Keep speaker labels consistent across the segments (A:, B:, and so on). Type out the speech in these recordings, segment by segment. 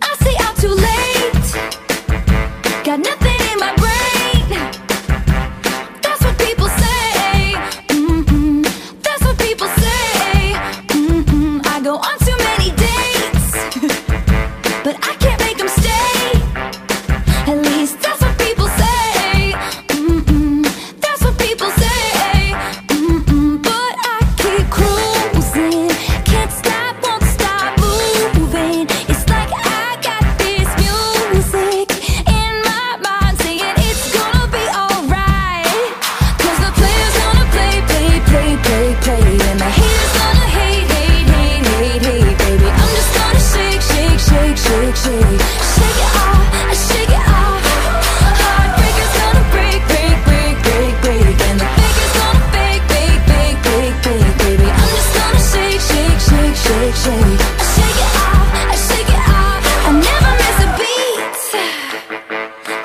A: I say I'm too late. Got nothing in my brain. That's what people say. Mm-mm. That's what people say. Mm-mm. I go on too many dates, but I can't make them stay. At least that's what people say. Mm-mm. That's what people say. Mm-mm. But I keep cruising. Can't stop, won't stop moving. It's like I got this music in my mind saying it's gonna be alright. Cause the players gonna play, play, play, play, play. And the haters gonna hate, hate, hate, hate, hate, baby. I'm just gonna shake, shake, shake, shake, shake. Shake it off, I shake it off. Heartbreakers gonna break, break, break, break, break. And the fakers gonna fake, fake, fake, fake, fake, baby. I'm just gonna shake, shake, shake, shake, shake. I shake it off, I shake it off. I never miss a beat.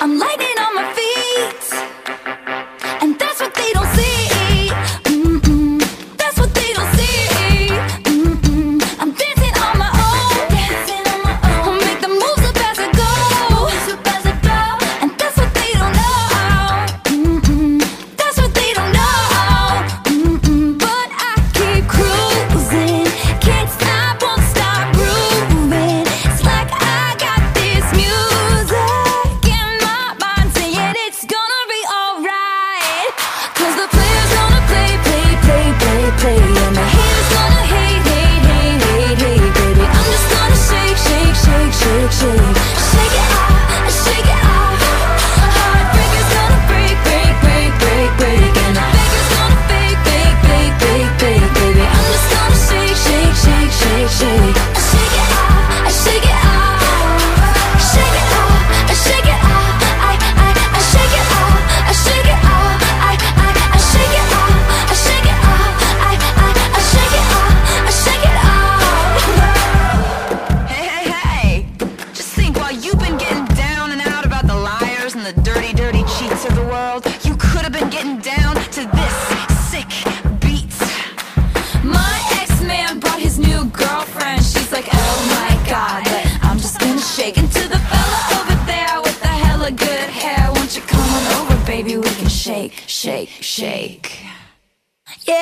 A: I'm lightning on my feet. And that's what they don't see. Mm-mm. That's what they don't see. Mm-mm. I'm dancing on my own. Dancing on my own. I'll make the moves up as I go. Moves up as I go. And that's what they don't know. Mm-mm. That's what they don't know. Mm-mm. But I keep cruising. Can't stop, won't stop grooving. It's like I got this music in my mind saying it's gonna be alright. Cause the players gonna play, play, play, play, play. And the haters gonna hate, hate, hate, hate, hate, baby. I'm just gonna shake, shake, shake, shake, shake. Shake it off, I shake it off. Heartbreakers gonna break, break, break, break, break. And the fakers gonna fake, fake, fake, fake, fake, baby. I'm just gonna shake, shake, shake, shake, shake. I shake it off, I shake it off. Shake it off, I shake it off. I, I, I shake it off, I shake it off. I, I, I shake it off, I shake it off. I, I, I shake it off, I shake it off.
B: Hey, hey, hey! Just think while you've been getting down and out about the liars and the dirty, dirty cheats of the world, you could have been getting down to this sick beat.
A: My ex-man brought his new girlfriend. She's like, oh my god, but I'm just gonna shake into the fella over there with the hella good hair. Won't you come on over, baby? We can shake, shake, shake. Yeah.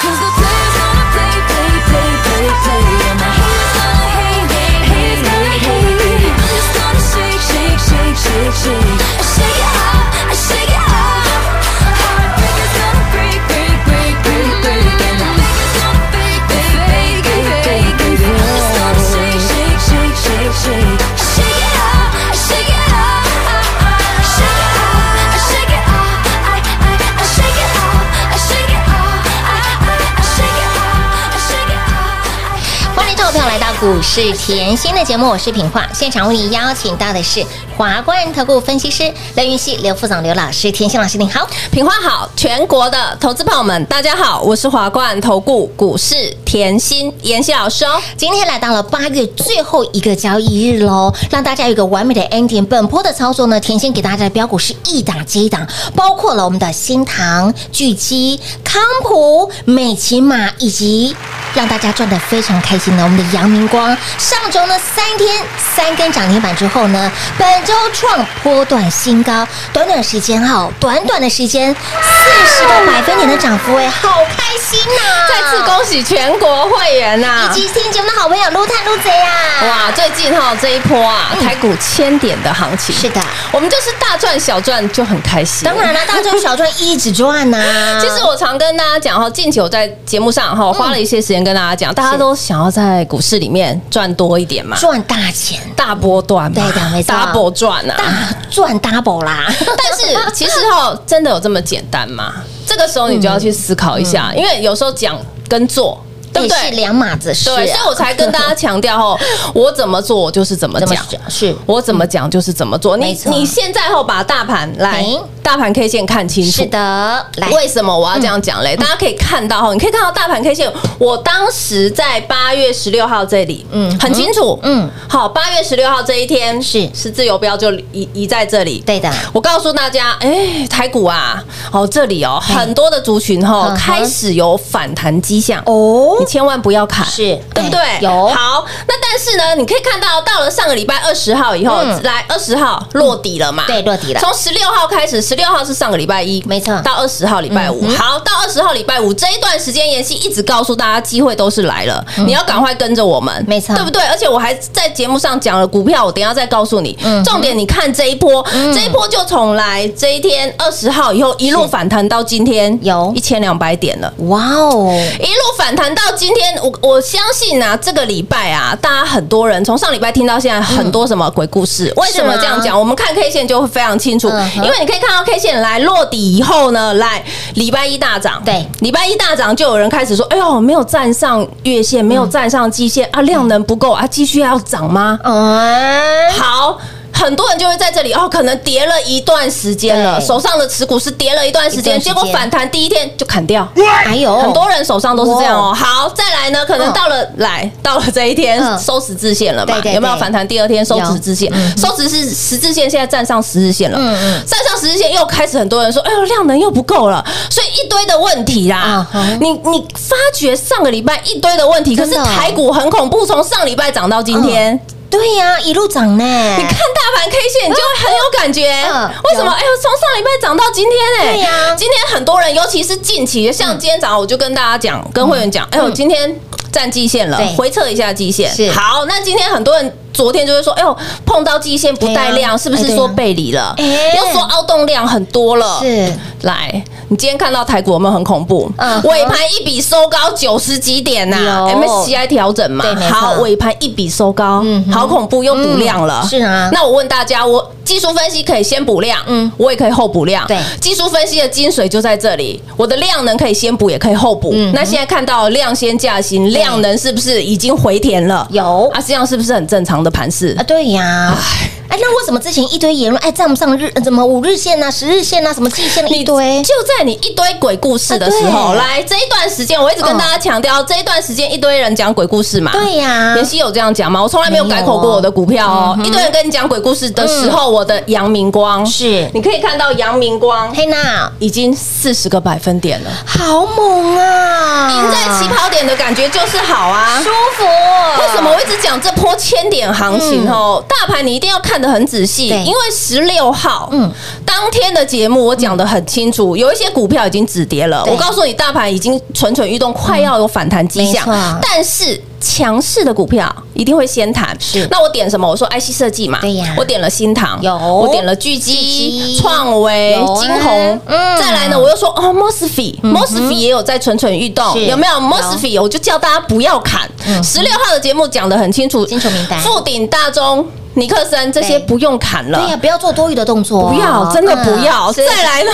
A: Cause the players gonna play, play, play, play, play. And the haters gonna hate, hate, hate, hate, hate. I'm just gonna shake, shake, shake, shake, shake. I shake it off, I shake it off. Heartbreakers gonna break, break, break, break, break. And the fakers gonna fake, fake, fake, fake, fake, baby. I'm just gonna shake, shake, shake, shake, shake. I shake it off, I shake it off. I shake it off, I shake it off. I, I, I shake it off, I shake it off. I, I, I shake it off, I shake it off. I-
C: 欢迎投票来到股市甜心的节目，我是品化。现场为你邀请到的是华冠投顾分析师刘云熙、刘副总、刘老师。甜心老师您好，
D: 品花好，全国的投资朋友们，大家好，我是华冠投顾股市甜心妍希老师哦。
C: 今天来到了八月最后一个交易日喽，让大家有一个完美的 ending。本波的操作呢，甜心给大家的标股是一档接一档，包括了我们的新塘、巨基、康普、美骑马，以及让大家赚得非常开心的我们的阳明光。上周呢三天三根涨停板之后呢，本周创波段新高，短短时间哈、短短的时间四十个百分点的涨幅哎，好开心呐、
D: 再次恭喜全国会员呐、
C: 以及听节目的好朋友撸探撸贼啊！
D: 啊哇，最近哈、这一波啊，台股千点的行情，
C: 是的，
D: 我们就是大赚小赚就很开心。
C: 当然啦，大赚小赚一直赚啊呐、
D: 其实我常跟大家讲哈，近期我在节目上
C: 嗯
D: 哈花了一些时间跟大家讲，大家都想要在股市里面赚多一点嘛，
C: 赚大钱，
D: 大波段嘛，
C: 对的没错
D: double 赚啊，
C: 大赚 double 啦！
D: 但是其实哦，真的有这么简单吗？这个时候你就要去思考一下，因为有时候讲跟做，对
C: 嗯
D: 不
C: 也是
D: 对？
C: 两码子事、啊，
D: 对，所以我才跟大家强调哦，我怎么做我就是怎么
C: 怎么
D: 讲，
C: 是
D: 我怎么讲就是怎么做。
C: 没
D: 你
C: 错
D: 你现在后把大盘来
C: 嗯，
D: 大大盘 K 线看清楚。
C: 是的，来，嗯
D: 为什么我要这样讲嘞？大家可以看到哈，你可以看到大盘 K 线，我当时在八月十六号这里，
C: 嗯
D: 嗯，很清楚，
C: 嗯
D: 嗯
C: 嗯，
D: 好，八月十六号这一天
C: 是
D: 十字游标就移移在这里，
C: 对的
D: 我告诉大家，哎，台股啊，哦，这里哦，很多的族群
C: 嗯
D: 哈
C: 哼
D: 开始有反弹迹象哦，
C: 哦
D: 你，千万不要砍，
C: 是
D: 对不对
C: 哎？有
D: 好，那但是呢，你可以看到，到了上个礼拜二十号以后，
C: 嗯
D: 来二十号落底了嘛？
C: 对落底了
D: 从十六号开始，十六号是上个礼拜一，
C: 没错嗯
D: 到二十号礼拜五，好，到二十号礼拜五这一段时间，妍希一直告诉大家，机会都是来了，你要赶快跟着我们，
C: 嗯没错
D: 对不对？而且我还在节目上讲了股票，我等一下再告诉你。
C: 嗯
D: 重点，你看这一波，这一波就从来这一天二十号以后一路反弹到今天，
C: 有
D: 一千两百点了。
C: 哇哦，
D: 一路反弹到今天，我我相信啊，这个礼拜啊，大家很多人从上礼拜听到现在很多什么鬼故事，为什么这样
C: 是
D: 讲？我们看 K 线就会非常清楚，
C: 嗯哼
D: 因为你可以看到 K 线来落底以后呢，来礼拜一大涨，
C: 对
D: 礼拜一大涨就有人开始说，哎呦，没有站上月线，没有站上季线、啊，量能不够啊，继续要涨吗？
C: 嗯，
D: 好。很多人就会在这里哦，可能跌了一段时间了，
C: 对
D: 手上的持股是跌了一段时
C: 一段
D: 间，
C: 时间
D: 结果反弹第一天就砍掉，
C: 还有
D: 很多人手上都是这样哦。好，再来呢，可能到了来到了这一天
C: 嗯
D: 收十字线了嘛
C: 对对？对
D: 有没有反弹？第二天收
C: 有
D: 十字线，收十是十字线，现在站上十字线了。
C: 嗯嗯
D: 站上十字线又开始很多人说，哎呦，量能又不够了，所以一堆的问题啦
C: 嗯哼。
D: 你你发觉上个礼拜一堆的问题，可
C: 真
D: 是
C: 的哦
D: 台股很恐怖，从上礼拜涨到今天。
C: 对呀，一路涨呢，
D: 你看大盘 K 线，你就会很有感觉。
C: 嗯
D: 为什么？哎呦，从上礼拜涨到今天哎、
C: 对呀嗯
D: 今天很多人，尤其是近期，像今天早上我就跟大家讲，跟会员讲，哎呦，今天站季线了
C: 对，
D: 回测一下季线
C: 是。
D: 好，那今天很多人。昨天就会说，哎呦，碰到季线不带
C: 对呀
D: 量，是不
C: 哎对
D: 是
C: 呀
D: 说背离了？
C: 哎
D: 又说凹动量很多了。
C: 是
D: 来，你今天看到台股有没有很恐怖？
C: 嗯
D: 尾盘一笔收高九十几点呐
C: 有
D: ，MSCI 调整嘛
C: 对没，错
D: 好，尾盘一笔收高
C: 嗯，哼
D: 好恐怖，又补量了。
C: 嗯是啊
D: 那我问大家，我技术分析可以先补量，
C: 嗯
D: 嗯，我也可以后补量。
C: 对
D: 技术分析的精髓就在这里，我的量能可以先补，也可以后补
C: 嗯哼。
D: 那现在看到量先价行，量能是不是已经回填了？
C: 有
D: 啊，这样是不是很正常的盘势
C: 啊，？对呀。哎，那为什么之前一堆言论，哎，站不上日，呃怎么五日线呐、十日线啊呐、什么季线的一堆？
D: 就在你一堆鬼故事的时
C: 啊
D: 候，
C: 对哦
D: 来这一段时间，我一直跟大家强调，这一段时间一堆人讲鬼故事嘛。
C: 对啊呀、
D: 妍希有这样讲吗？我从来没有改口过我的股票哦。一堆人跟你讲鬼故事的时候，我的阳明光
C: 嗯是
D: 你可以看到阳明光
C: 黑娜
D: 已经四十个百分点了，
C: 好猛啊，
D: 赢在起跑点的感觉就是好啊
C: 舒。服。
D: 为什么我一直讲这波千点行情哦？大盘你一定要看得很仔细，
C: 嗯对
D: 因为十六号，
C: 嗯
D: 嗯，当天的节目我讲得很清楚，有一些股票已经止跌了。
C: 对
D: 我告诉你，大盘已经蠢蠢欲动，快要有反弹迹象
C: 没错，
D: 但是。强势的股票一定会先谈，
C: 是
D: 那我点什么？我说 IC 设计嘛，
C: 对呀
D: 我点了新塘，
C: 有
D: 我点了巨
C: 巨
D: 基、
C: 基
D: 创维
C: 有、啊
D: 金鸿，
C: 嗯
D: 再来呢，我又说哦 m o s f e t m o s f e t 也有在蠢蠢欲动，
C: 是
D: 有没有
C: 有
D: m o s f e t
C: 嗯
D: 我就叫大家不要砍。十六号的节目讲得很清楚，
C: 清楚明白
D: 富鼎、大中、尼克森这些
C: 对
D: 不用砍
C: 对呀、
D: 了。
C: 不要做多余的动作哦、
D: 不要，真的不要！
C: 嗯
D: 再来呢，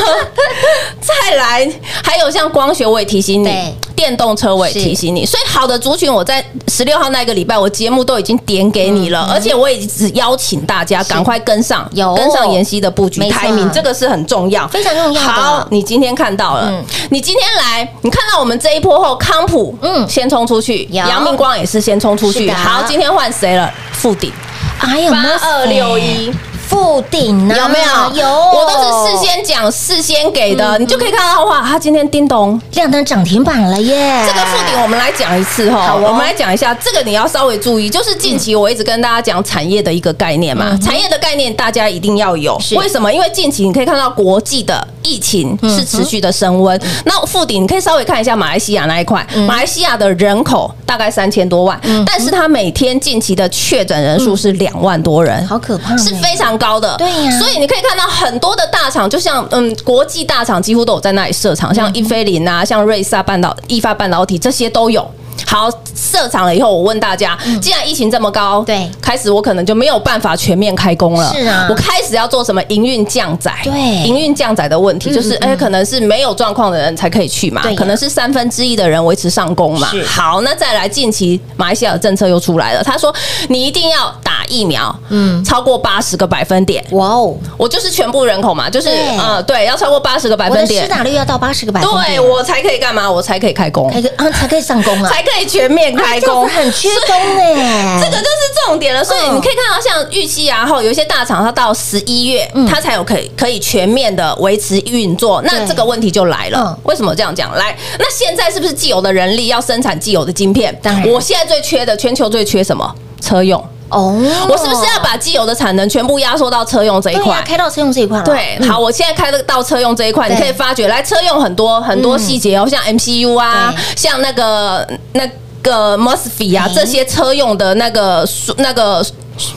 D: 再来，还有像光学，我也提醒
C: 对
D: 你，电动车我也
C: 是
D: 提醒你。所以好的族群，我在十六号那一个礼拜，我节目都已经点给你
C: 嗯
D: 了，而且我也只邀请大家赶快跟上，
C: 有
D: 跟上妍希的布局
C: 没错
D: timing，这个是很重要，
C: 非常重要的
D: 好，你今天看到了，
C: 嗯
D: 你今天来，你看到我们这一波后，康普
C: 嗯
D: 嗯先冲出去，
C: 有
D: 阳明光也是先冲出
C: 是
D: 去。
C: 的
D: 好，今天换谁了？富鼎
C: 哎呀，
D: 八二六一。
C: 附顶呢？
D: 有没啊有？嗯
C: 有，
D: 我都是事先讲、事先给的，你就可以看到哇，它今天叮咚。哎
C: 亮灯涨停板了耶！
D: 这个附顶我们来讲一次哈，
C: 好哦
D: 我们来讲一下，这个你要稍微注意，就是近期我一直跟大家讲产业的一个概念嘛，产业的概念大家一定要有
C: 是，
D: 为什么？因为近期你可以看到国际的疫情是持续的升温，那附顶你可以稍微看一下马来西亚那一块，马来西亚的人口大概三千多万，但是它每天近期的确诊人数是两万多人，
C: 好可怕呢，
D: 是非常高的，
C: 对呀
D: 所以你可以看到很多的大厂，就像嗯，国际
C: 嗯
D: 大厂几乎都有在那里设厂，像英飞凌啊，像瑞萨半导、意法半导体这些都有。好，设厂了以后，我问大家，既然疫情这么高，
C: 嗯对
D: 开始我可能就没有办法全面开工了。
C: 是啊
D: 我开始要做什么营运降载？
C: 对
D: 营运降载的问题就是，哎，可能是没有状况的人才可以去嘛
C: 嗯对呀，
D: 可能是三分之一的人维持上工嘛
C: 是。
D: 好，那再来，近期马来西亚的政策又出来了，他说你一定要打疫苗，
C: 嗯
D: 嗯，超过八十个百分点。
C: 哇哦，
D: 我就是全部人口嘛，就是
C: 对
D: 呃，对，要超过八十个百
C: 我的
D: 分
C: 施
D: 点，
C: 打率要到八十个百分点，
D: 对我才可以干嘛？我才可以开工
C: 才，可以啊，才可以上工啊，
D: 才可以全面开
C: 这样
D: 工
C: 子。很缺工哎，
D: 这个就是重点了，所以
C: 嗯
D: 你可以看到，像预期啊，后有一些大厂，它到十一月，
C: 嗯
D: 它才有可以可以全面的维持运作。那
C: 对
D: 这个问题就来了
C: 嗯，
D: 为什么这样讲？来，那现在是不是既有的人力要生产既有的晶片？
C: 当然
D: 我现在最缺的，全球最缺什么？车用。
C: 哦，
D: 我是不是要把既有的产能全部压缩到车用这一
C: 对啊
D: 块？
C: 开到车用这一块了？
D: 对，
C: 嗯
D: 好，，我现在开的到车用这一块，
C: 对嗯
D: 你可以发觉，来车用很多很多细节哦，像 MCU 啊
C: 对，
D: 像那个那个 MOSFET 啊
C: 哎，
D: 这些车用的那个数那个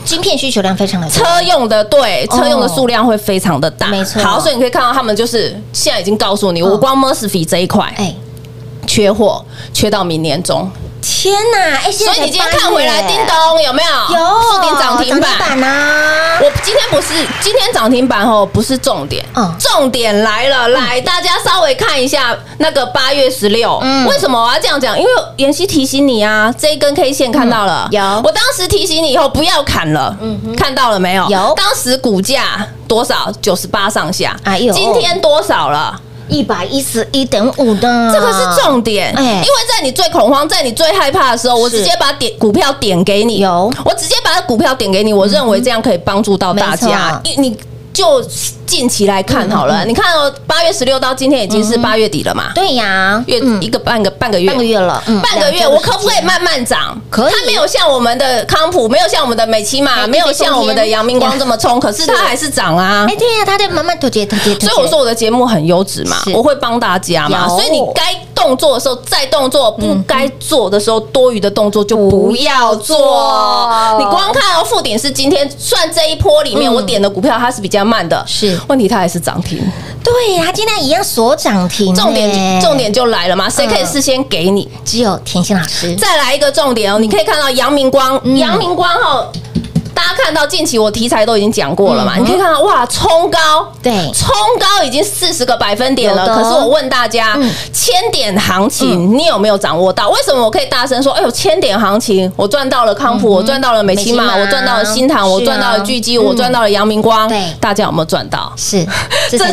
C: 晶片需求量非常的
D: 车用的，对，
C: 哦
D: 车用的数量会非常的大，
C: 没错
D: 好，所以你可以看到他们就是现在已经告诉你，
C: 嗯
D: 我光 MOSFET 这一块
C: 哎，
D: 缺货，缺到明年中，
C: 天哪，哎，现
D: 所
C: 在
D: 以你今天
C: 才八
D: 看回来，
C: 月
D: 叮咚有没有？
C: 有
D: 树顶涨停板。
C: 板啊，
D: 我今天不是今天涨停板哦，不是重点，
C: 嗯
D: 重点来了，来大家稍微看一下那个八月十六、
C: 嗯
D: 为什么我要这样讲？因为妍希提醒你啊，这一根 K 线看到了，
C: 嗯有嗯
D: 我当时提醒你以后不要砍了，看到了没有？
C: 有
D: 当时股价多少？九十八上下，
C: 哎呦
D: 今天多少了？
C: 一百一十一点五的，
D: 这个是重点，
C: 哎
D: 因为在你最恐慌、在你最害怕的时候，我
C: 是
D: 直接把点股票点给你，
C: 有
D: 我直接把股票点给你，我认为这样可以帮助到大家。
C: 嗯没嗯
D: 因你就近期来看好了，你看哦，八月十六到今天已经是八月底了嘛，
C: 对呀，
D: 月
C: 嗯
D: 一个半个半个月，
C: 半个月了，嗯
D: 半个月，
C: 两周的
D: 我可不可
C: 时
D: 以
C: 间
D: 慢慢涨？
C: 可以
D: 它没有像我们的康普，没有像我们的美琪玛，
C: 哎
D: 没有像我们的阳明光这么冲，可是它
C: 是
D: 还是涨啊。
C: 哎，对呀，他在慢慢脱节，脱节，
D: 所以我说我的节目很优质嘛
C: 是，
D: 我会帮大家嘛。
C: 有
D: 所以你该动作的时候再动作，不该做的时候多余的动作就
C: 嗯
D: 不要做。你光看哦，附顶是今天算这一波里面
C: 嗯
D: 我点的股票，它是比较慢的，
C: 是
D: 问题它还是涨停。
C: 对呀，他今天一样锁涨停呢，
D: 重点重点就来了嘛，谁
C: 嗯
D: 可以事先给你？
C: 只有甜心老师，
D: 再来一个重点哦，你可以看到阳明光，
C: 嗯
D: 阳明光哦。大家看到近期我题材都已经讲过了嘛，
C: 嗯
D: 你可以看到哇，冲高，
C: 对
D: 冲高已经四十个百分点了。
C: 有的
D: 可是我问大家
C: 嗯，
D: 千点行情你有没有掌握到？为什么我可以大声说，哎呦，千点行情我赚到了康普，我赚到了美
C: 嗯
D: 琪
C: 美
D: 玛，
C: 琪玛
D: 我赚到了新
C: 是啊
D: 塘，我赚到了巨基，
C: 嗯
D: 我赚到了阳明光
C: 对，
D: 大家有没有赚到？
C: 是，才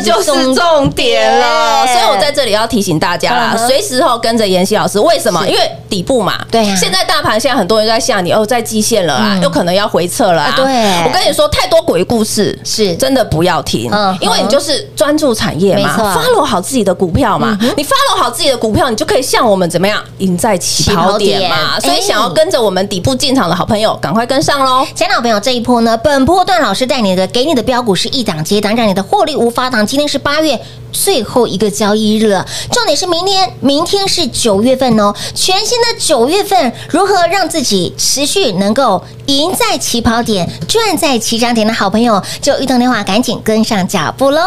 D: 这就是重点了，所以我在这里要提醒大家
C: 嗯
D: 啦，
C: 哼
D: 随时候跟着妍希老师，为什么？因为底部嘛，
C: 对啊
D: 现在大盘现在很多人都在吓你哦，在基线了啊
C: 嗯，
D: 有可能要回撤了啊
C: 啊。对
D: 我跟你说，太多鬼故事
C: 是
D: 真的不要听
C: 嗯，
D: 因为你就是专注产业嘛
C: 没错嗯
D: ，follow 好自己的股票嘛，你 follow 好自己的股票，你就可以像我们怎么样赢在起跑点嘛。
C: 起跑点
D: 所以想要
C: 哎
D: 跟着我们底部进场的好朋友，赶快跟上喽。
C: 亲爱的好朋友，这一波呢，本波段老师带你的给你的标股是一档接一档，让你的获利无法挡。今天是八月最后一个交易日了，重点是明天，明天是九月份哦，全新的九月份，如何让自己持续能够赢在起跑点、赚在起涨点的好朋友，就运动电话赶紧跟上脚步喽。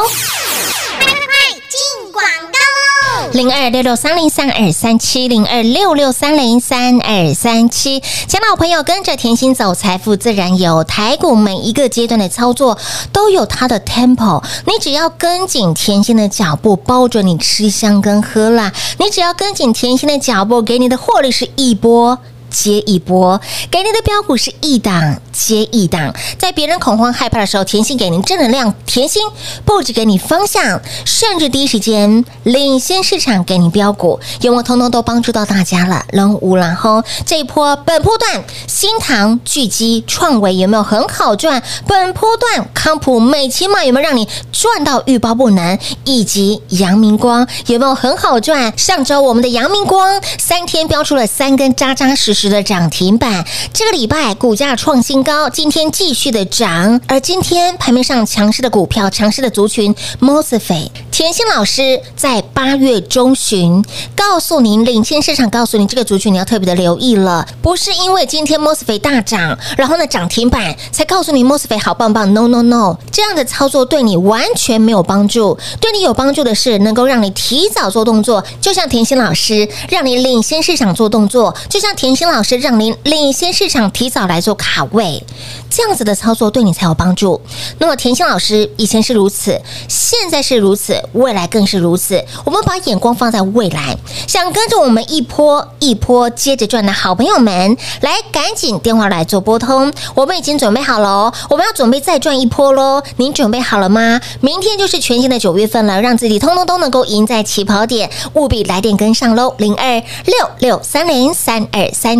C: 零二六六三零三二三七零二六六三零三二三七。前老朋友跟着甜心走，财富自然有。台股每一个阶段的操作都有它的 tempo，你只要跟紧甜心的脚步，包准你吃香跟喝辣。你只要跟紧甜心的脚步，给你的获利是一波。接一波，给您的标股是一档接一档，在别人恐慌害怕的时候，甜心给您正能量，甜心不止给你方向，甚至第一时间领先市场给你标股，有没有通通都帮助到大家了？扔五然后这一波本波段新塘巨基创维有没有很好赚？本波段康普美琪玛有没有让你赚到欲罢不能？以及阳明光有没有很好赚？上周我们的阳明光三天标出了三根扎扎实实。实的涨停板。这个礼拜股价创新高，今天继续的涨。而今天盘面上强势的股票、强势的族群 m o s f e t 甜心老师在八月中旬告诉您，领先市场告诉你这个族群你要特别的留意了，不是因为今天 m o s f e t 大涨，然后呢涨停板才告诉你 m o s f e t 好棒棒。No No No，这样的操作对你完全没有帮助，对你有帮助的是能够让你提早做动作，就像甜心老师让你领先市场做动作，就像甜心老师让您领先市场提早来做卡位，这样子的操作对你才有帮助。那么甜心老师以前是如此，现在是如此，未来更是如此。我们把眼光放在未来，想跟着我们一波一波接着赚的好朋友们，来赶紧电话来做拨通。我们已经准备好了哦，我们要准备再赚一波喽。您准备好了吗？明天就是全新的九月份了，让自己通通都能够赢在起跑点，务必来电跟上喽。零二六六三零三二三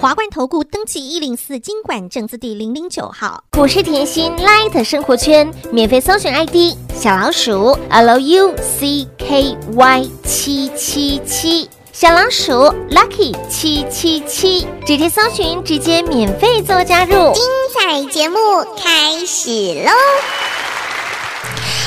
E: 华冠投顾登记一零四经管证字第零零九号。我是甜心 Light 生活圈免费搜寻 ID 小老鼠 Lucky 七七七，小老鼠 Lucky 七七七，直接搜寻，直接免费做加入。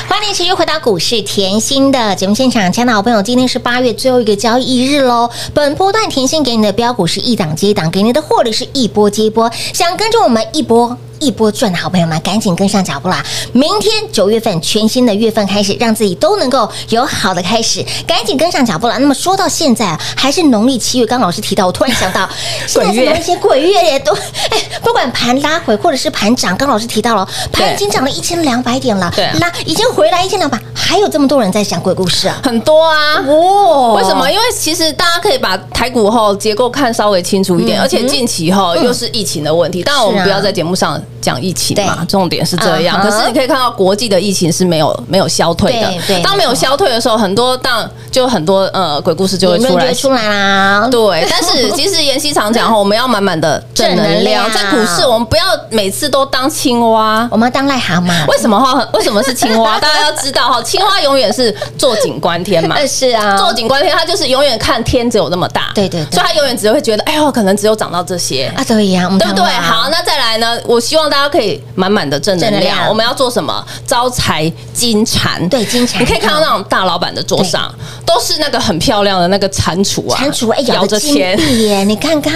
C: 欢迎持续回到股市甜心的节目现场，亲爱的好朋友，今天是八月最后一个交易日喽。本波段甜心给你的标股是一档接一档，给你的获利是一波接一波。想跟着我们一波。一波赚的好朋友们，赶紧跟上脚步啦！明天九月份全新的月份开始，让自己都能够有好的开始，赶紧跟上脚步啦！那么说到现在啊，还是农历七月，刚刚老师提到，我突然 想到，现在是农历些鬼月耶，都哎，不管盘拉回或者是盘涨，刚刚老师提到了，盘已经涨了一千两百点了，
D: 对啊
C: 拉已经回来一千两百，还有这么多人在讲鬼故事啊！
D: 很多啊。
C: 哦
D: 为什么？因为其实大家可以把台股后结构看稍微清楚一
C: 嗯
D: 点，而且近期后又是疫情的问题，当然我们不要在节目上讲疫情嘛
C: 啊对，
D: 重点是这样。
C: 嗯哼
D: 可是你可以看到国际的疫情是没有没有消退
C: 对对
D: 的，当没有消退的时候，很多当就很多呃鬼故事就会
C: 理论
D: 出
C: 就
D: 来
C: 会。出来啦，
D: 对，但是其实妍 希常讲哈，我们要满满的正能量，
C: 正
D: 在
C: 能量
D: 股市我们不要每次都当青蛙，
C: 我们要当癞蛤蟆，
D: 为什么哈？为什么是青 蛙？大家要知道哈，青蛙永远是坐井观天嘛。
C: 是啊
D: 坐井观天，它就是永远看天只有那么大，
C: 对对对
D: 所以它永远只会觉得，哎呦，可能只有涨到这些。
C: 啊，对呀，我们
D: 对不对？
C: 当然
D: 好，那再来呢？我希望大家可以满满的正能
C: 啊正
D: 量。
C: 能量
D: 我们要做什么？招财金蟾。
C: 对金蟾
D: 你可以看到那种大老板的桌上都是那个很漂亮的那个蟾蜍啊，
C: 蟾蜍哎咬
D: 摇
C: 着
D: 着
C: 金
D: 钱，
C: 币耶，你看看，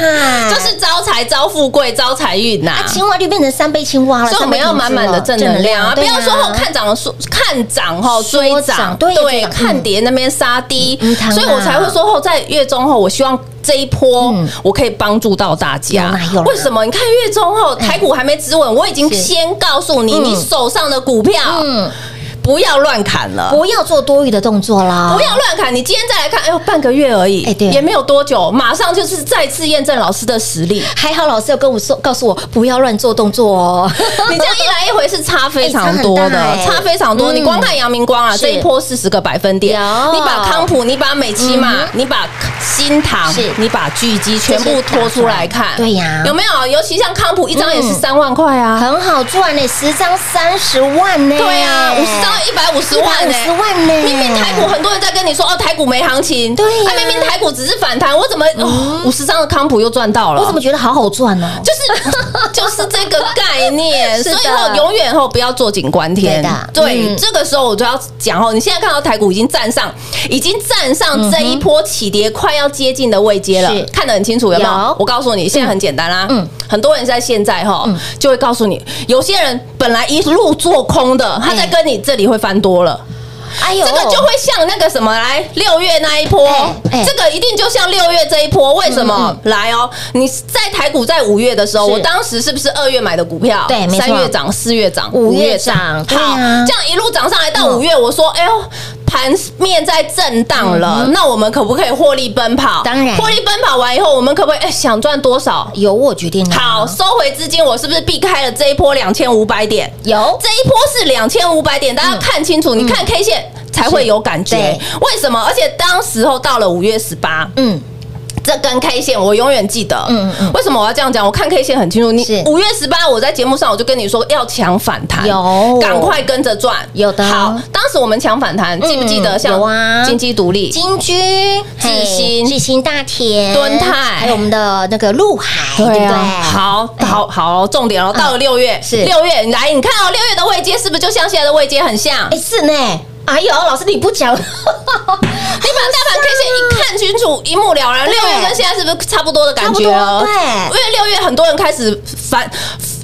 D: 就是招财、招富贵、招财运呐、
C: 啊，青蛙就变成三倍青蛙了，
D: 所以我们要满满的正能量啊！不
C: 对
D: 要说哦看涨说看涨后追
C: 说涨
D: 涨，
C: 对追涨
D: 看跌那边杀低
C: 嗯嗯糖啊，
D: 所以我才会说后在月中后，我希望这一波
C: 嗯
D: 我可以帮助到大
C: 有
D: 家
C: 啦有啦。
D: 为什么？你看月中后台股还没止稳，我已经
C: 是
D: 先告诉你，
C: 嗯
D: 你手上的股票
C: 嗯，
D: 不要乱砍了。
C: 不要做多余的动作啦，
D: 不要乱砍！你今天再来看，哎呦，半个月而已，
C: 哎对
D: 也没有多久，马上就是再次验证老师的实力。
C: 还好老师有跟我说，告诉我不要乱做动作哦。
D: 你这样一来一回是差非常多
C: 哎
D: 的，
C: 差很大哎
D: 差非常多。
C: 嗯
D: 你光看阳明光啊，
C: 是
D: 这一波四十个百分点，
C: 有嗯
D: 你把康普，你把美琪玛，你把新唐
C: 是，
D: 你把巨基全部拖出来看，
C: 这些打出来对呀嗯
D: 有没有？尤其像康普一张也是三万块 啊，
C: 很好赚呢、十张三十万呢、
D: 对啊，五十张一百五十万
C: 五
D: 呢。
C: 十万呢、啊
D: 明明台股很多人在跟你说哦，台股没行情，哎
C: 对呀嗯
D: 明明台股只是反弹，我怎么哦五十张的康普又赚到了？
C: 我怎么觉得好好赚哦？
D: 就是就是 这个概念，
C: 是
D: 所
C: 的
D: 以后永远后不要坐井观天。
C: 对的
D: 对
C: 嗯
D: 这个时候我就要讲哦，你现在看到台股已经站上，已经站上这一波起跌快要接近的位阶了
C: 是，
D: 看得很清楚，有没
C: 有
D: 有？我告诉你，现在很简单啦。
C: 嗯
D: 嗯，很多人在现在哈，就会告诉你，有些人本来一路做空的，他在
C: 嗯
D: 跟你这里会翻多了。
C: 哎呦，
D: 这个就会像那个什么来六月那一波
C: 哎哎，嗯
D: 这个一定就像六月这一波。为什么来哦？你在台股在五月的时候，
C: 是
D: 我当时是不是二月买的股票？
C: 对没错
D: 三月涨，四月涨，
C: 五月涨对
D: 好，
C: 啊嗯
D: 这样一路涨上来到五月，我说，哎呦。盘面在震荡了，那我们可不可以获利奔跑？
C: 嗯当然
D: 获利奔跑完以后，我们可不可以哎想赚多少？
C: 由我决定啊
D: 好，收回资金，我是不是避开了这一波两千五百点？
C: 有
D: 这一波是两千五百点，大家看清楚，你看 K 线才会有感觉。
C: 嗯是对
D: 为什么？而且当时候到了五月十八，
C: 嗯，
D: 这根 K 线我永远记得。
C: 嗯
D: 嗯
C: 嗯
D: 嗯。为什么我要这样讲？我看 K 线很清楚。你
C: 是
D: 五月十八，我在节目上我就跟你说要抢反弹，
C: 有
D: 赶快跟着赚。
C: 有的
D: 好，当时我们抢反弹，记不记
C: 嗯
D: 得？像
C: 有啊
D: 金鸡独立。
C: 金居、
D: 智新
C: 嘿智新大田、
D: 敦泰
C: 还有我们的那个陆海，对不对？
D: 啊好
C: 哎嗯
D: 好好，重点哦，到了六月，
C: 是
D: 六月，你来，你看哦，六月的位阶是不是就像现在的位阶很像？
C: 哎，是呢。哎呦，老师你不 讲，
D: 你把大盘 K 线一看清楚，一目了然。
C: 对
D: 六月跟现在是不是差不多的感
C: 差
D: 觉
C: 不
D: 了？
C: 多对
D: 因为六月很多人开始翻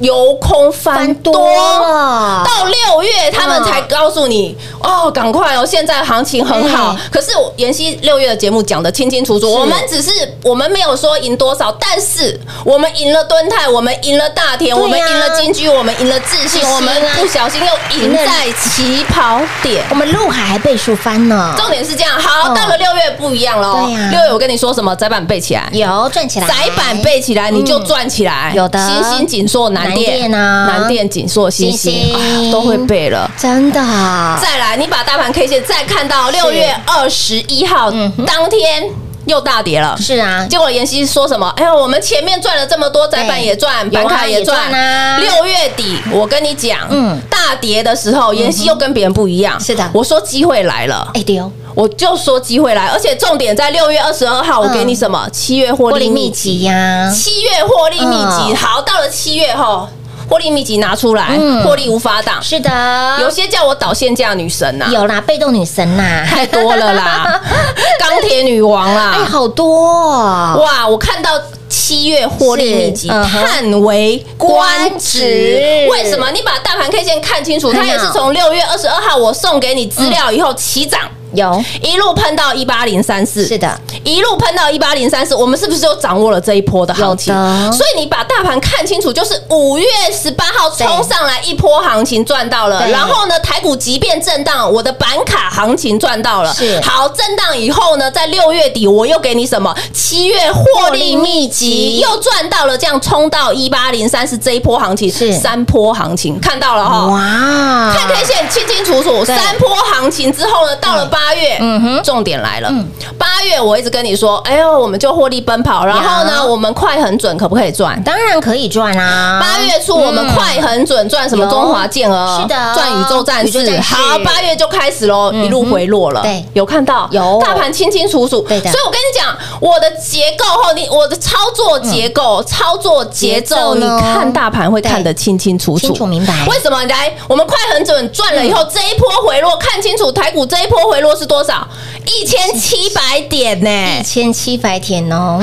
D: 由空翻
C: 翻
D: 多
C: 多了
D: 到六月他们才告诉你哦，赶快哦，现在行情很好
C: 对。
D: 可是我妍希六月的节目讲的清清楚楚，
C: 是
D: 我们只是我们没有说赢多少，但是我们赢了敦泰，我们赢了大
C: 对
D: 田，
C: 呀
D: 我们赢了金居，我们赢了自信
C: 自信，啊
D: 我们不小心又赢在起跑点
C: 我。们陆海还倍数翻呢，
D: 重点是这样，
C: 嗯
D: 好，到了六月不一样喽。
C: 对呀
D: 六月我跟你说什么？窄板背起来，
C: 有赚起来，
D: 窄板背起来你就赚起来。
C: 嗯有的
D: 新兴紧缩南
C: 南
D: 电
C: 电啊
D: 南电紧缩新
C: 新
D: 兴
C: 兴
D: 啊都会背了。
C: 真的啊，
D: 再来，你把大盘 K 线再看到六月二十一号
C: 嗯
D: 当天又大跌了。
C: 是啊，
D: 结果妍希说什么？哎呦，我们前面赚了这么多，窄板也赚，
C: 有啊
D: 板卡也
C: 也
D: 赚
C: 赚啊
D: 六月底，我跟你讲，
C: 嗯
D: 大跌的时候，妍希又跟别人不一样。
C: 是的
D: 我说机会来了。
C: 哎丢，
D: 我就说机会来，而且重点在六月二十二号，我给你什么？七月获
C: 玻
D: 利
C: 璃
D: 秘
C: 嗯秘
D: 籍，
C: 籍呀，
D: 七月获利秘籍。
C: 嗯
D: 好，到了七月后，获利秘籍拿出来
C: 嗯，
D: 获利无法挡。
C: 是的，
D: 有些叫我倒限价女神呐，
C: 有啦，被动女神呐，
D: 太多了啦， 钢铁女王
C: 哎，
D: 啦，
C: 好多哦，
D: 哇！我看到七月获利秘籍，
C: 是嗯哼
D: 叹为观
C: 观止
D: 止。为什么？你把大盘 K 线看清楚，它
C: 看到
D: 也是从六月二十二号我送给你资料以后起涨。
C: 有，
D: 一路喷到一八零三
C: 嗯
D: 四，
C: 是的，
D: 一路喷到一八零三四，我们是不是就掌握了这一波的行情
C: 有的？
D: 所以你把大盘看清楚，就是五月十八号冲上来一波行情赚到了，
C: 对
D: 然后呢，台股即便震荡，我的板卡行情赚到了。
C: 是
D: 好，震荡以后呢，在六月底我又给你什么？七月获利秘籍又赚到了，这样冲到一八零三四这一波行情
C: 是
D: 三波行情，看到了哈。
C: 哇，
D: 看 K 线清清楚楚，
C: 嗯对
D: 三波行情之后呢，到了八月，
C: 嗯哼嗯
D: 重点来了。八月我一直跟你说，哎呦，我们就获利奔跑，然后呢，
C: 有
D: 我们快很准，可不可以赚？
C: 当然可以赚啊，
D: 八月初我们快很准，赚什么
C: 有
D: 中华健儿，
C: 嗯是的
D: 赚宇宙战
C: 宇宙
D: 士。
C: 战士嗯
D: 好，八月就开始喽，一路回落了。
C: 对
D: 有看到
C: 有
D: 大盘清清楚楚。
C: 对的
D: 所以我跟你讲，我的结构后，你我的操作结构、操作节
C: 嗯
D: 奏，
C: 节奏
D: 你
C: 呢
D: 看大盘会看得清清楚楚、
C: 清楚明白
D: 为什么？来，我们快很准赚了以后，这一波回落，看清楚台股这一波回落是多少？一千七百点呢、
C: 一千七百点哦，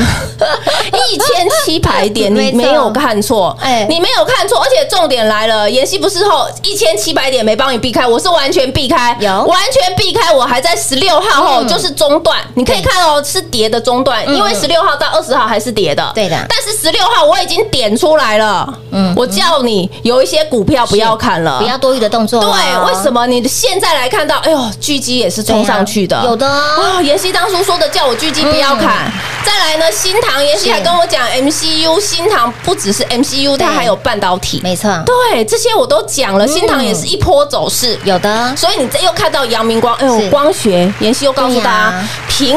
D: 一千七百 点，
C: 没
D: 你
C: 错
D: 没有看错，
C: 哎
D: 你没有看错，而且重点来了，妍希不是后一千七百点没帮你避开，我是完全避开，
C: 有
D: 完全避开，我还在十六号后、
C: 嗯
D: 就是中段，你可以看哦，是跌的中段，因为十六号到二十号还是跌的，
C: 对的
D: 但是十六号我已经点出来了，
C: 嗯
D: 嗯，我叫你有一些股票不要看了，
C: 不要多余的动作哦，
D: 啊对，为什么你现在来看到，哎呦，巨基也是冲上去的，
C: 对啊有的 哦
D: 啊。妍希当初说的叫我巨基不要砍，再来呢，新塘妍希还
C: 是
D: 跟我讲 MCU，新塘不只是 MCU，它
C: 对
D: 还有半导体，
C: 没嗯错，
D: 对，这些我都讲了，新塘也是一波走势。
C: 有的
D: 所以你这又看到阳明光，哎
C: 是
D: 呦，光学，妍希又告诉大
C: 对
D: 家
C: 呀，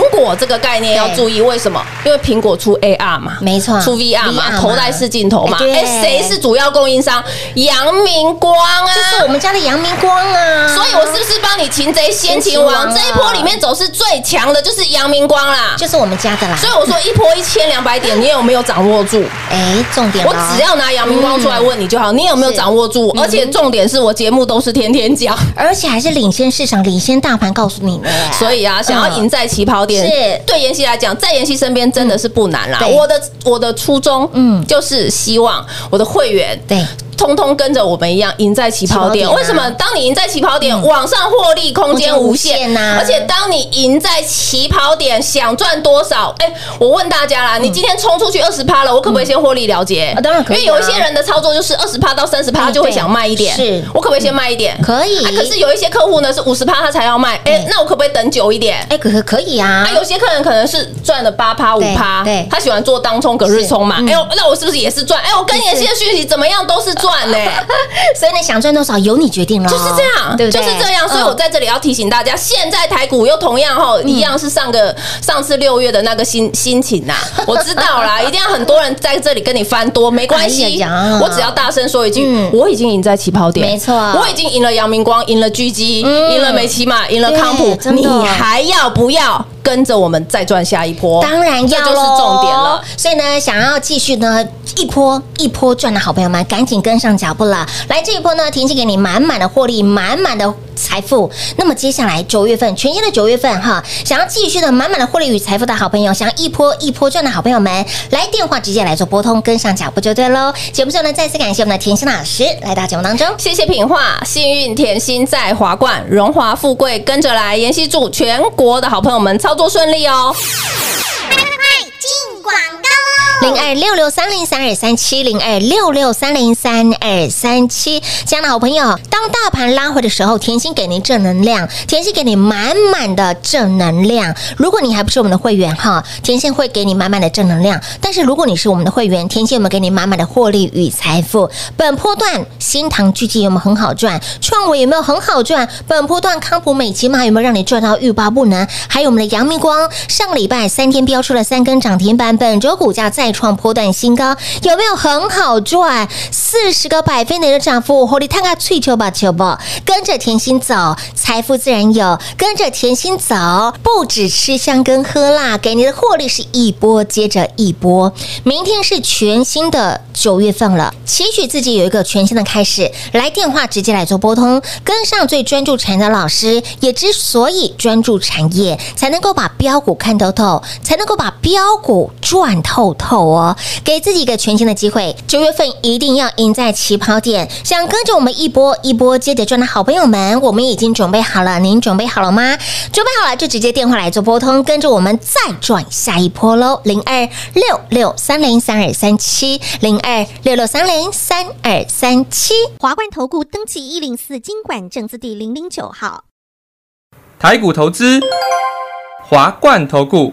D: 苹果这个概念要
C: 对
D: 注意，为什么？因为苹果出 AR 嘛，
C: 没错
D: 出 VR
C: 嘛
D: 嘛，头戴式镜头嘛
C: 哎，对
D: 哎，谁是主要供应商？阳明光啊，
C: 这是我们家的阳明光啊，
D: 所以我是不是帮你擒贼先
C: 先
D: 擒
C: 擒王
D: 王？这一波里面走势最强的就是阳明光啦。
C: 就是我们家的啦。
D: 所以我说一波一千两百点，你有没有掌握住？
C: 哎，重点
D: 我
C: 咯
D: 只要拿阳明光出来问你就好，你有没有掌握住？而且重点是我节目都是天天讲，
C: 而且还是领先市场、领先大盘，告诉你呢。
D: 所以啊，想要赢在起跑点，
C: 是
D: 对妍希来讲，在妍希身边真的是不难啦。
C: 嗯对
D: 我的我的初衷，
C: 嗯
D: 嗯，就是希望我的会员
C: 对
D: 通通跟着我们一样赢在起跑点。
C: 起跑点啊嗯
D: 为什么？当你赢在起跑点，往上获利空间无限
C: 空间无限啊
D: 而且当你赢在起跑点，想赚多少？哎、我问大家啦，你今天冲出去二十趴了，我可不可以先获利了结？
C: 嗯啊当然可以啊
D: 因为有一些人的操作就是二十趴到三十
C: 哎
D: 趴
C: 对
D: 就会想卖一点，
C: 是
D: 我可不可以先卖一点？
C: 可以
D: 啊，可是有一些客户呢是五十趴他才要卖，哎、
C: 嗯
D: 那我可不可以等久一点？
C: 哎，可可可以啊
D: 啊，，有些客人可能是赚了八趴五趴，
C: 对对
D: 他喜欢做当冲隔日冲嘛
C: 是嗯，
D: 哎呦，那我是不是也是赚？哎，我跟妍希的讯息怎么样都是赚 呢，
C: 所以呢，想赚多少由你决定了，
D: 就是这样，
C: 对不对？
D: 就是这样。所以
C: 嗯
D: 我在这里要提醒大家，现在台股又同样哈，一样是上个上次六月的那个心心情呐，我知道啦，一定要很多人在这里跟你翻多，没关系
C: 哎呀呀，
D: 我只要大声说一句
C: 嗯，
D: 我已经赢在起跑点，
C: 没错嗯
D: 我已经赢了阳明光，赢了狙击，赢了美骑马，赢了康普
C: 对，真的
D: 你还要不要跟着我们再赚下一波？
C: 当然要
D: 这就是
C: 咯
D: 重点了。。
C: 所以呢，想要继续呢一波一波赚的好朋友们，赶紧跟上脚步了。来这一波呢，田心给你满满的获利，满满的财富。那么接下来九月份，全新的九月份哈，想要继续的满满的获利与财富的好朋友，想要一波一波赚的好朋友们，来电话直接来做拨通，跟上脚步就对喽。节目最后呢，再次感谢我们的田心老师来到节目当中。
D: 谢谢品画，幸运甜心在华冠，荣华富贵跟着来。妍希祝全国的好朋友们操作顺利哦。
C: 零二六六三零三二三七零二六六三零三二三七，这样的好朋友，当大盘拉回的时候，甜心给您正能量，甜心给你满满的正能量。如果你还不是我们的会员哈，甜心会给你满满的正能量。但是如果你是我们的会员，甜心有没有给你满满的获利与财富？本波段新塘巨基有没有很好赚？创维有没有很好赚？本波段康普美骑马有没有让你赚到欲罢不能？还有我们的阳明光，上礼拜三天飙出了三根涨停板，本周股价再创波段新高，有没有很好赚？四十个百分点的涨幅，火力探个脆球吧球吧，跟着甜心走，财富自然有。跟着甜心走，不止吃香跟喝辣，给你的获利是一波接着一波。明天是全新的九月份了，期许自己有一个全新的开始。来电话直接来做拨通，跟上最专注产业的老师。也之所以专注产业，才能够把标股看透透，才能够把标股赚透透哦。给自己一个全新的机会，九月份一定要赢在起跑点。想跟着我们一波一波接着赚的好朋友们，我们已经准备好了，您准备好了吗？准备好了就直接电话来做拨通，跟着我们再赚下一波喽，零二六六三零三二三七零二六六三零三二三七。
E: 华冠投顾登记一零四经管证字第零零九号。
F: 台股投资，华冠投顾。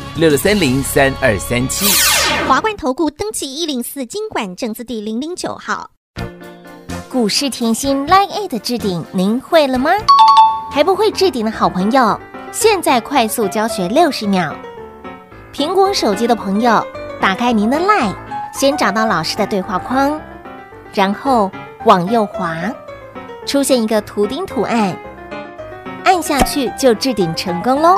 G: 六六三零三二三七。
E: 华冠投顾登记一零四经管证字第零零九号。
C: 股市甜心 Line A 的置顶，您会了吗？还不会置顶的好朋友，现在快速教学六十秒。苹果手机的朋友，打开您的 Line，先找到老师的对话框，然后往右滑，出现一个图钉图案，按下去就置顶成功喽。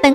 C: 本